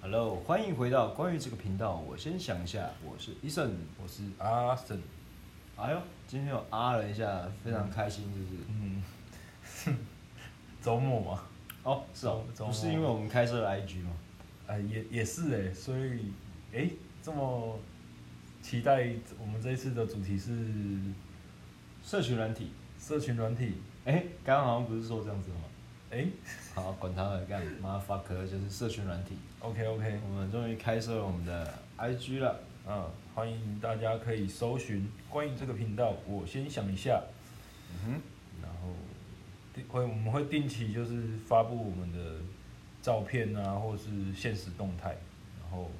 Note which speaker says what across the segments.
Speaker 1: Hello，欢迎回到关于这个频道。我先想一下，我是 Eason。
Speaker 2: 我是阿胜，
Speaker 1: 哎呦，今天又啊了一下，非常开心，就是
Speaker 2: 嗯，周末嘛，
Speaker 1: 哦，是哦，
Speaker 2: 周
Speaker 1: 不是因为我们开设了 IG 吗？
Speaker 2: 哎、也也是哎、所以哎、这么期待我们这一次的主题是
Speaker 1: 社群软体，
Speaker 2: 社群软体，
Speaker 1: 哎，刚刚好像不是说这样子的吗？
Speaker 2: 哎、
Speaker 1: 好，管他了，干妈 fuck，就是社群软体。
Speaker 2: o k OK，
Speaker 1: 我们终于开设了我们的 IG 了。
Speaker 2: 嗯，欢迎大家可以搜寻关于这个频道，我先想一下，
Speaker 1: 嗯哼，
Speaker 2: 然后定会我们会定期就是发布我们的照片啊，或者是现实动态，然后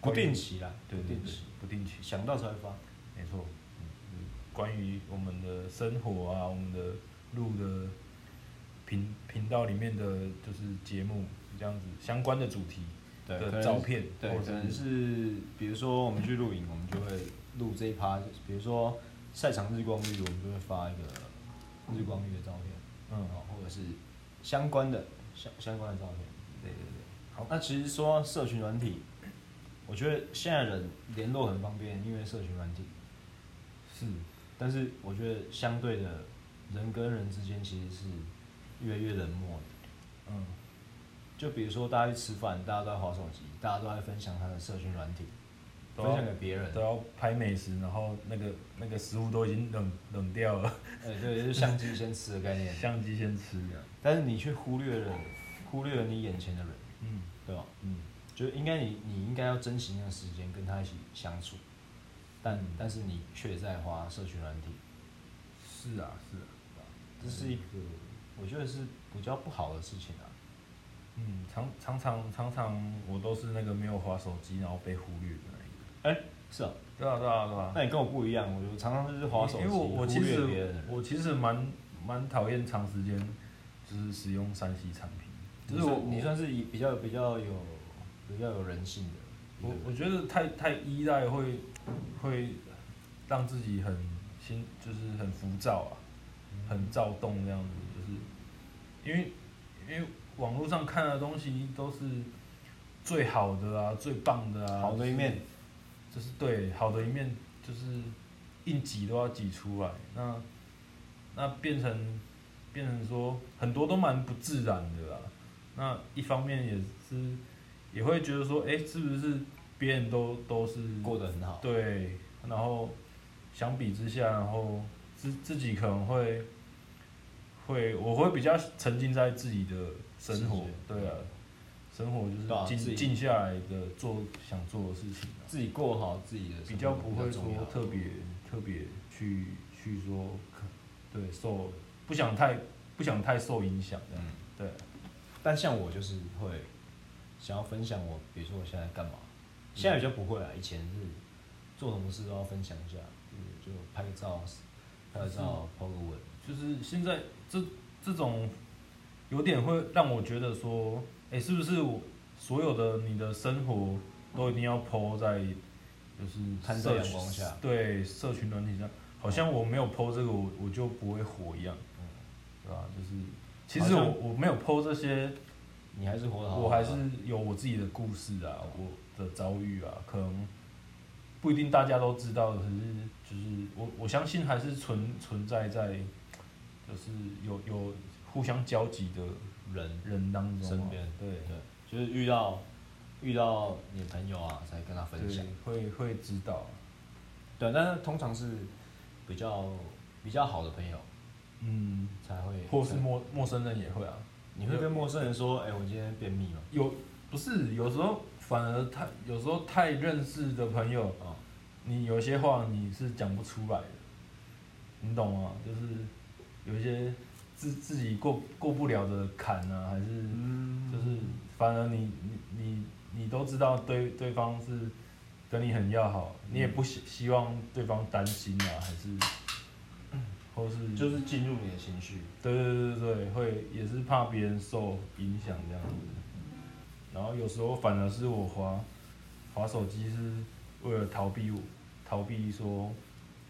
Speaker 1: 不定期啦，
Speaker 2: 对
Speaker 1: 不
Speaker 2: 对
Speaker 1: 定
Speaker 2: 对
Speaker 1: 期，，
Speaker 2: 不定期。
Speaker 1: 想到才会发。
Speaker 2: 没错，嗯，关于我们的生活啊，我们的录的频频道里面的就是节目这样子相关的主题
Speaker 1: 对，可
Speaker 2: 的
Speaker 1: 能
Speaker 2: 照片，
Speaker 1: 对，
Speaker 2: 或
Speaker 1: 可
Speaker 2: 者
Speaker 1: 能是比如说我们去露营，我们就会录这一趴，比如说晒场日光浴，我们就会发一个日光浴的照片，
Speaker 2: 嗯，
Speaker 1: 哦，或者是相关的相相关的照片。对对对。
Speaker 2: 好
Speaker 1: 那其实说到社群软体，我觉得现在人联络很方便，因为社群软体，
Speaker 2: 是
Speaker 1: 但是我觉得相对的，人跟人之间其实是越来越冷漠的。
Speaker 2: 嗯
Speaker 1: 就比如说大家去吃饭，大家都在划手机，大家都在分享他的社群软体，
Speaker 2: 都
Speaker 1: 分
Speaker 2: 要
Speaker 1: 享给别人
Speaker 2: 都。要拍美食，然后那个那个食物都已经冷冷掉了，
Speaker 1: 哎、对，就是相机先吃的概念。
Speaker 2: 相机先吃的，
Speaker 1: 但是你却忽略了，忽略了你眼前的人，
Speaker 2: 嗯
Speaker 1: 对吧？
Speaker 2: 嗯，
Speaker 1: 就应该你你应该要珍惜那个时间跟他一起相处，但、
Speaker 2: 嗯
Speaker 1: 但是你却在花社群软体，
Speaker 2: 是啊是啊，
Speaker 1: 这是一个我觉得是比较不好的事情啊。
Speaker 2: 嗯，常常常常常我都是那个没有滑手机，然后被忽略的那一个，
Speaker 1: 哎、是啊，
Speaker 2: 对啊对啊对啊，
Speaker 1: 那你跟我不一样，我就常常就是划手机，
Speaker 2: 因为我我其
Speaker 1: 忽
Speaker 2: 实
Speaker 1: 略别人的人。
Speaker 2: 我其实蛮蛮讨厌长时间就是使用三 C 产品，就
Speaker 1: 就是是
Speaker 2: 我
Speaker 1: 你算是比较比较有比较有人性的一
Speaker 2: 我
Speaker 1: 个人，
Speaker 2: 我觉得太太依赖会会让自己很心就是很浮躁啊，很躁动这样子，就是因为因为网络上看的东西都是最好的啊，最棒的啊，
Speaker 1: 好的一面，
Speaker 2: 就是对好的一面，就是硬挤都要挤出来，那那变成变成说很多都蛮不自然的啦。那一方面也是也会觉得说，哎、是不是别人都都是
Speaker 1: 过得很好。
Speaker 2: 对，然后相比之下，然后自自己可能会会我会比较沉浸在自己的生活
Speaker 1: 世，界嗯
Speaker 2: 对啊，生活就
Speaker 1: 对啊
Speaker 2: 是
Speaker 1: 自己
Speaker 2: 静静下来的做想做的事情啊。
Speaker 1: 自己过好自己的生活
Speaker 2: 比较不会说
Speaker 1: 比较重要
Speaker 2: 特别特别去去说可，对受不想太不想太受影响的，
Speaker 1: 嗯，
Speaker 2: 对，
Speaker 1: 但像我就是会想要分享我，比如说我现在干嘛，现在比较不会啊，以前是做什么事都要分享一下，就是就拍个照，拍个
Speaker 2: 嗯
Speaker 1: 照，抛个文，
Speaker 2: 就是现在这这种有点会让我觉得说，哎、是不是我所有的你的生活都一定要 PO 在就是
Speaker 1: 摊在
Speaker 2: 社
Speaker 1: 阳
Speaker 2: 群
Speaker 1: 光下
Speaker 2: 对社群软体上，好像我没有 PO 这个我我就不会火一样，
Speaker 1: 嗯
Speaker 2: 对吧、就是其
Speaker 1: 好
Speaker 2: 实
Speaker 1: 像
Speaker 2: 我我没有 PO 这些。
Speaker 1: 你还是活得好好的啊，
Speaker 2: 我还是有我自己的故事啊，我的遭遇啊，可能不一定大家都知道，可是就是我我相信还是存存在在，就是有有互相交集的
Speaker 1: 人
Speaker 2: 人当中、啊，
Speaker 1: 身边
Speaker 2: 对
Speaker 1: 对，就是遇到遇到你的朋友啊，才跟他分享
Speaker 2: 对，会会知道，
Speaker 1: 对，但是通常是比较比较好的朋友
Speaker 2: 嗯，
Speaker 1: 才会，
Speaker 2: 或是陌陌生人也会啊，
Speaker 1: 你会跟陌生人说，哎，我今天便秘了，
Speaker 2: 有不是有时候反而太有时候太认识的朋友，
Speaker 1: 啊，
Speaker 2: 你有些话你是讲不出来的，你懂吗？就是有一些自自己过过不了的坎啊，还是
Speaker 1: 嗯
Speaker 2: 就是反而你你你你都知道对对方是跟你很要好，你也不希希望对方担心啊，还是或是
Speaker 1: 就是进入你的情绪，
Speaker 2: 对对对对对，会也是怕别人受影响这样子。然后有时候反而是我滑滑手机是为了逃避我，逃避说，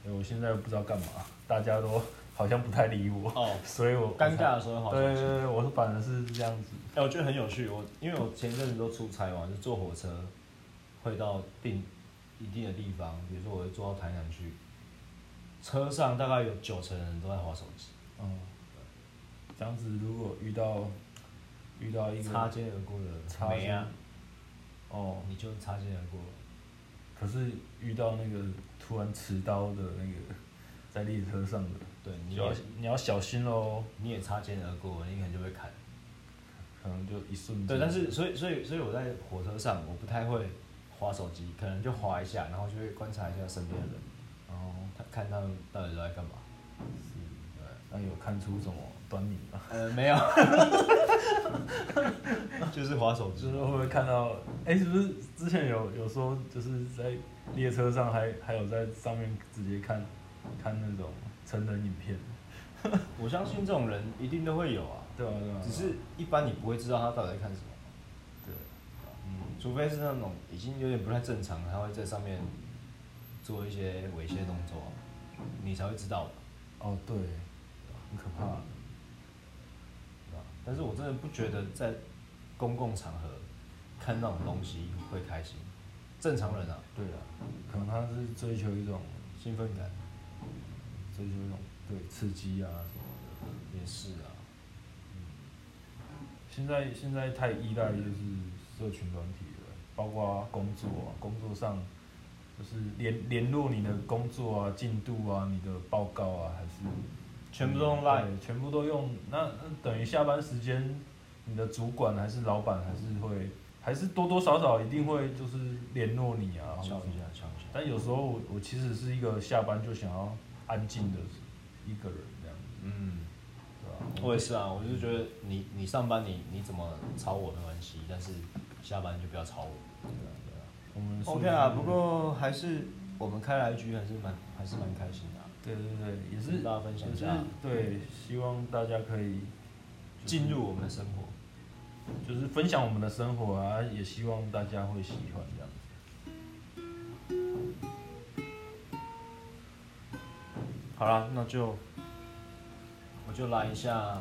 Speaker 2: 哎、我现在又不知道干嘛，大家都 好像不太理我，
Speaker 1: 哦，
Speaker 2: 所以我
Speaker 1: 尴尬的时候好
Speaker 2: 对对
Speaker 1: 像。
Speaker 2: 嗯对，对我是反而是这样子，
Speaker 1: 哎、我觉得很有趣。我因为我前阵子都出差嘛，就坐火车会到定一定的地方，比如说我会坐到台南去，车上大概有九成人都在划手机，
Speaker 2: 嗯，这样子如果遇到遇到一
Speaker 1: 擦
Speaker 2: 个
Speaker 1: 肩而过
Speaker 2: 哎擦
Speaker 1: 的
Speaker 2: 肩
Speaker 1: 没啊，
Speaker 2: 哦，
Speaker 1: 你就擦肩而过。
Speaker 2: 可是遇到那个突然持刀的那个在列车上的，
Speaker 1: 对，你
Speaker 2: 你要
Speaker 1: 也
Speaker 2: 你要小心哦，
Speaker 1: 你也擦肩而过，你可能就被砍。
Speaker 2: 可能就一瞬间。
Speaker 1: 对，但是所以所以所以我在火车上我不太会划手机，可能就划一下，然后就会观察一下身边的人，
Speaker 2: 哦，
Speaker 1: 看看他们到底都在干嘛。对。
Speaker 2: 那有看出什么端倪吗？
Speaker 1: 呃，没有，就是滑手
Speaker 2: 就
Speaker 1: 机。
Speaker 2: 是会不会看到？哎、是不是之前有有说就是在列车上还还有在上面直接看看那种成人影片？
Speaker 1: 我相信这种人一定都会有啊，
Speaker 2: 对啊对啊。
Speaker 1: 只是一般你不会知道他到底在看什么，
Speaker 2: 对，嗯，
Speaker 1: 除非是那种已经有点不太正常，他会在上面做一些猥亵动作，你才会知道嘛，
Speaker 2: 哦对，很可怕。
Speaker 1: 对吧？但是我真的不觉得在公共场合看那种东西会开心，正常人啊，
Speaker 2: 对啊，可能他是追求一种
Speaker 1: 兴奋感
Speaker 2: 追求一种对刺激啊什么的。
Speaker 1: 也是啊，
Speaker 2: 现在现在太依赖就是社群软体了，包括工作啊，工作上就是联联络你的工作啊、进度啊、你的报告啊，还是
Speaker 1: 全部都用 Line，
Speaker 2: 对全部都用。那那等于下班时间，你的主管还是老板还是会，还是多多少少一定会就是联络你啊，或者
Speaker 1: 敲
Speaker 2: 什么
Speaker 1: 一下敲一下，
Speaker 2: 但有时候我我其实是一个下班就想要安静的一个人这样，
Speaker 1: 嗯。
Speaker 2: 对吧、
Speaker 1: 我也是啊，我就觉得你你上班你你怎么吵我没关系，但是下班就不要吵我。
Speaker 2: 对啊对啊，我们是
Speaker 1: OK 啊，不过还是我们开来一局还是蛮还是蛮开心的啊、
Speaker 2: 对对对，也
Speaker 1: 跟
Speaker 2: 是
Speaker 1: 大家分享
Speaker 2: 也
Speaker 1: 一
Speaker 2: 是
Speaker 1: 下
Speaker 2: 对，希望大家可以就是
Speaker 1: 进入我们的生活。
Speaker 2: 就是分享我们的生活啊，也希望大家会喜欢这样。
Speaker 1: 好了，那就我就来一下，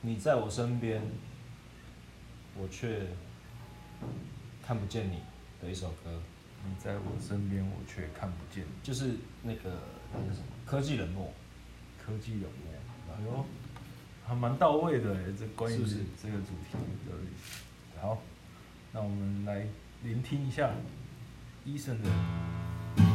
Speaker 1: 你在我身边，我却看不见你的一首歌，
Speaker 2: 你在我身边，我却看不见你。
Speaker 1: 就是那个那个什么科技冷漠，
Speaker 2: 科技冷漠，哎呦，还蛮到位的欸诶这关于
Speaker 1: 是不是
Speaker 2: 这个主题的。好，那我们来聆听一下 Eason 的。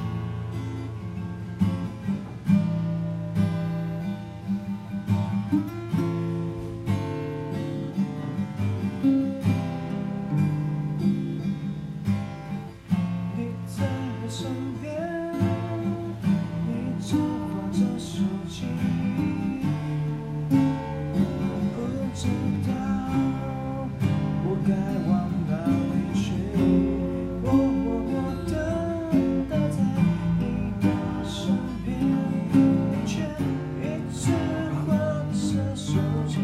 Speaker 3: 你在我身边，你就划着手机，我不知道我该往哪里去。我默默地待在你的身边，你却一直划着手机，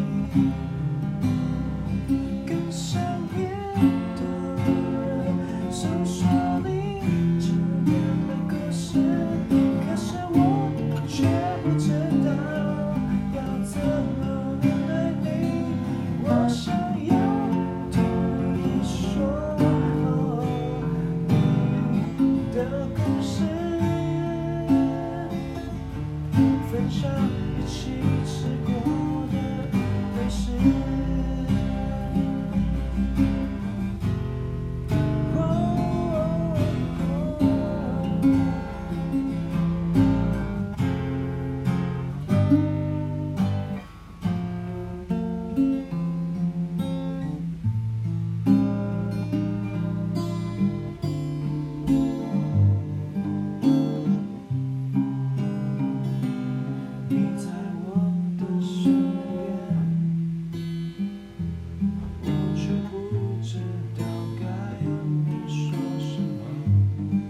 Speaker 3: 跟身边的人。诉说你经典的故事，可是我却不知道要怎么面对你。我想要听你说你的故事，分享一起吃过的美食。哦你在我的身边。我却不知道该和你说什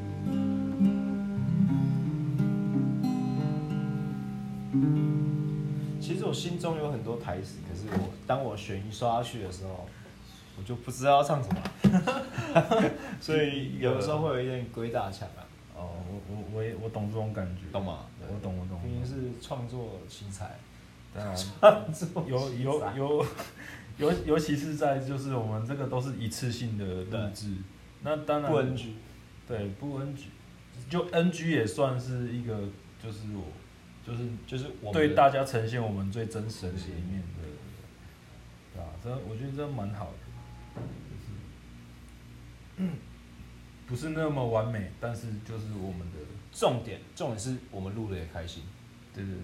Speaker 1: 其实我心中有很多台词，可是我当我旋一刷下去的时候，我就不知 道要唱什么，所以有的时候会有一点鬼打墙啊。
Speaker 2: 哦，我我我也我懂这种感觉，
Speaker 1: 懂吗？对
Speaker 2: 我懂我懂。
Speaker 1: 明明是创作奇才，
Speaker 2: 当然，
Speaker 1: 创作
Speaker 2: 尤
Speaker 1: 奇
Speaker 2: 尤
Speaker 1: 才
Speaker 2: 尤 尤尤其是在就是我们这个都是一次性的录制，那当然
Speaker 1: 不 NG，
Speaker 2: 对不 NG，就 NG 也算是一个就是我就是
Speaker 1: 就是我们
Speaker 2: 对
Speaker 1: 的
Speaker 2: 大家呈现我们最真实的一面的，对啊，这我觉得这蛮好的，就是嗯 不是那么完美，但是就是我们的，
Speaker 1: 重点，重点是我们录的也开心。
Speaker 2: 对对对，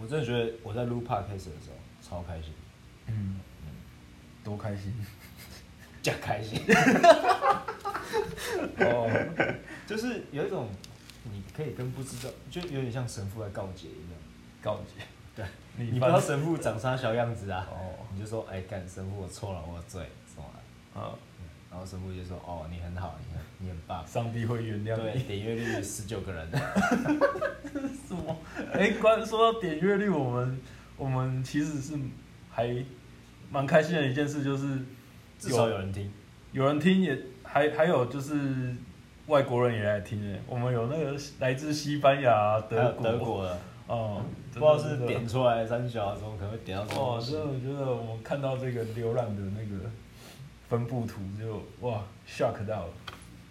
Speaker 1: 我真的觉得我在录 podcast 的时候超开心，
Speaker 2: 嗯，多开 心
Speaker 1: 假开心，
Speaker 2: 哦，
Speaker 1: 就是有一种你可以跟不知道，就有点像神父在告解一样。
Speaker 2: 告诫，
Speaker 1: 对，你
Speaker 2: 你
Speaker 1: 不知道
Speaker 2: 犯
Speaker 1: 神父长啥小样子啊，
Speaker 2: 哦
Speaker 1: 你就说哎干神父我错了，我醉什么的、
Speaker 2: 啊，
Speaker 1: 嗯然后神父就说哦你很好，你很你很棒，
Speaker 2: 上帝会原谅
Speaker 1: 对
Speaker 2: 你。
Speaker 1: 点阅率十九个 人，
Speaker 2: 什么？哎、关说到点阅率，我们我们其实是还蛮开心的一件事，就是
Speaker 1: 至少有人听，
Speaker 2: 有人听也还还有就是外国人也来听哎，我们有那个来自西班牙、
Speaker 1: 还有
Speaker 2: 德国、
Speaker 1: 啊德国的，
Speaker 2: 哦，
Speaker 1: 不
Speaker 2: 真
Speaker 1: 知
Speaker 2: 的
Speaker 1: 道是
Speaker 2: 真的
Speaker 1: 点出来三小啊怎么可能会点到这种
Speaker 2: 哦，
Speaker 1: 东西
Speaker 2: 真的我觉得我们看到这个浏览的那个分布图就哇 shock 到了，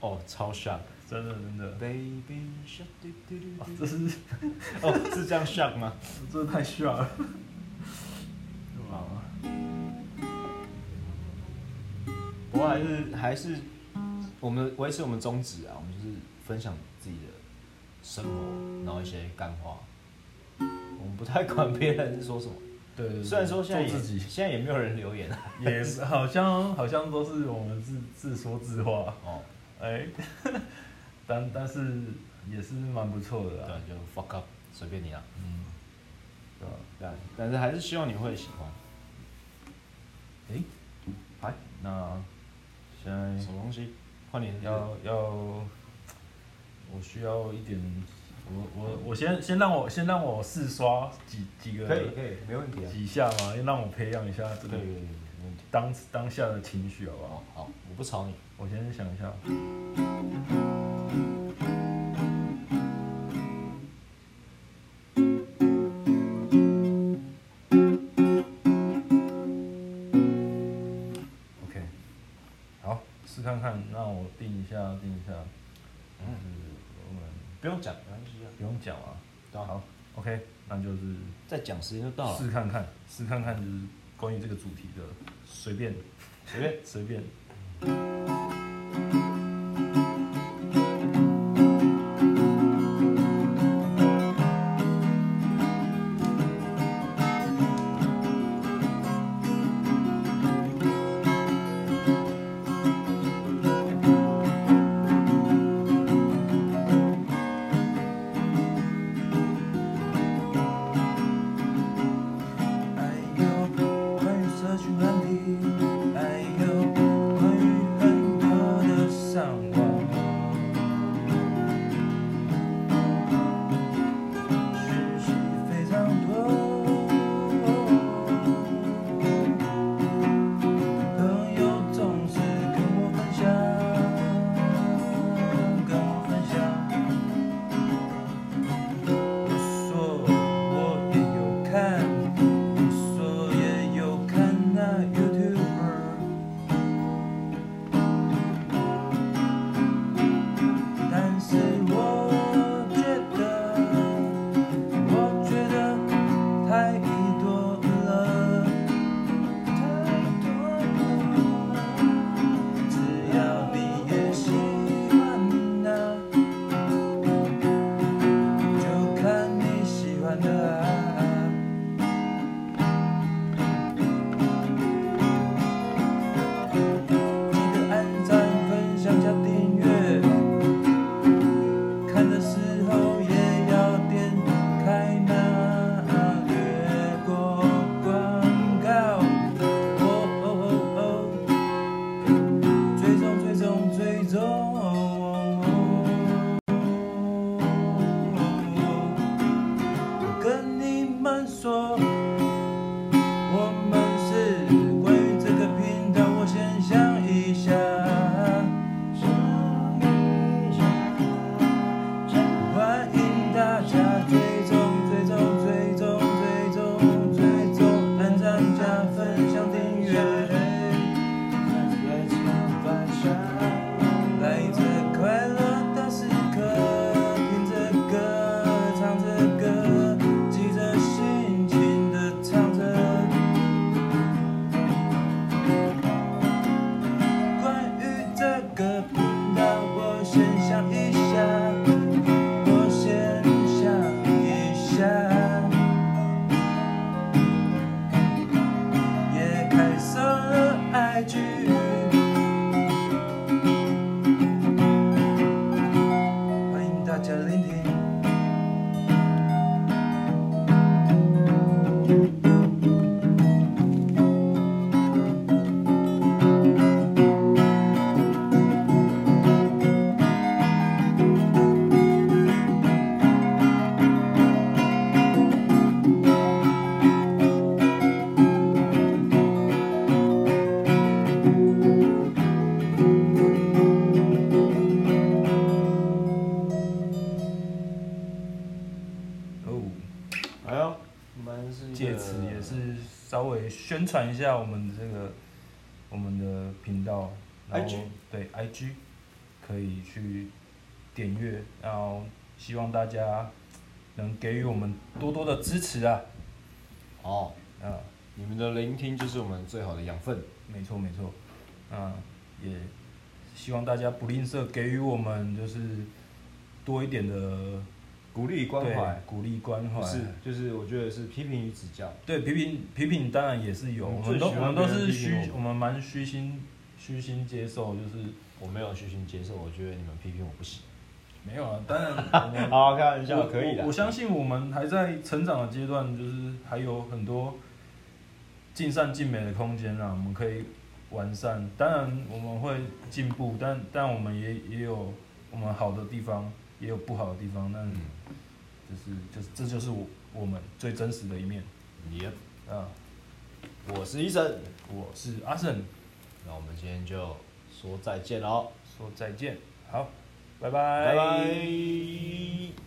Speaker 1: 哦超 shock。
Speaker 2: 真的真的，
Speaker 1: Baby shark，嘟嘟嘟
Speaker 2: 哇
Speaker 1: 嘟
Speaker 2: 这是
Speaker 1: 哦，是这样 shock 吗？
Speaker 2: 这太 shock 了， 哇，
Speaker 1: 不过还是还是我们维持我们宗旨啊，我们就是分享自己的生活，然后一些干话，我们不太管别人说什么。
Speaker 2: 对对对，
Speaker 1: 虽然说现在也
Speaker 2: 做自己
Speaker 1: 现在也没有人留言啊，
Speaker 2: 也是好像好像都是我们自自说自话，
Speaker 1: 哦，
Speaker 2: 哎、 但但是也是蛮不错的
Speaker 1: 对
Speaker 2: 啊。，
Speaker 1: 就 fuck up，随便你啊，
Speaker 2: 嗯，对吧？
Speaker 1: 对啊，但是还是希望你会喜欢。
Speaker 2: 哎、好，那现
Speaker 1: 什
Speaker 2: 在
Speaker 1: 么东西？换你
Speaker 2: 要要，我需要一点，我我我先先让我先让我试刷几几个
Speaker 1: 可以可以，没问题啊，
Speaker 2: 几下嘛，先让我培养一下这
Speaker 1: 可以可
Speaker 2: 个
Speaker 1: 以，可以没问题。
Speaker 2: 当当下的情绪，好不好
Speaker 1: 哦？，好，我不吵你。
Speaker 2: 我先想一下。OK，好，试看看。那我定一下，定一下。嗯，我们
Speaker 1: 不用讲，没关系啊。
Speaker 2: 不用讲啊。
Speaker 1: 对啊
Speaker 2: 好，OK，那就是
Speaker 1: 再讲时间就到了，
Speaker 2: 试看看，试看看就是关于这个主题的随便
Speaker 1: 随便。
Speaker 2: 随便。
Speaker 3: 爱有关于社群软体，爱有关于很
Speaker 2: 哦
Speaker 1: 哎
Speaker 2: 微宣传一下我们这个我们的频道，然后
Speaker 1: IG
Speaker 2: 对 IG 可以去点阅，然后希望大家能给予我们多多的支持啊！
Speaker 1: 哦，
Speaker 2: 啊，
Speaker 1: 你们的聆听就是我们最好的养分。
Speaker 2: 没错没错，啊，也希望大家不吝啬给予我们就是多一点的
Speaker 1: 鼓励关
Speaker 2: 对
Speaker 1: 怀，
Speaker 2: 鼓励关怀，
Speaker 1: 不是，就是我觉得是批评与指教。
Speaker 2: 对批评批评当然也是有，
Speaker 1: 我
Speaker 2: 我
Speaker 1: 们
Speaker 2: 们都
Speaker 1: 最
Speaker 2: 我
Speaker 1: 喜欢
Speaker 2: 们都
Speaker 1: 别人
Speaker 2: 是
Speaker 1: 批评我
Speaker 2: 虚
Speaker 1: 们，
Speaker 2: 我们蛮虚心虚心接受，就是
Speaker 1: 我没有虚心接受，我觉得你们批评我不 行。
Speaker 2: 没有啊， 当然我们
Speaker 1: 好，开玩笑，
Speaker 2: 我
Speaker 1: 可以的
Speaker 2: 我。我。相信我们还在成长的阶段，就是还有很多尽善尽美的空间啊，我们可以完善。当然我们会进步，但但我们也也有我们好的地方，也有不好的地方。但
Speaker 1: 嗯，
Speaker 2: 就是就是这就是我我们最真实的一面
Speaker 1: 你，
Speaker 2: 啊！
Speaker 1: 我是医生，
Speaker 2: 我是阿胜，
Speaker 1: 那我们今天就说再见喽，
Speaker 2: 说再见，好，拜
Speaker 1: 拜
Speaker 2: 拜
Speaker 1: 拜。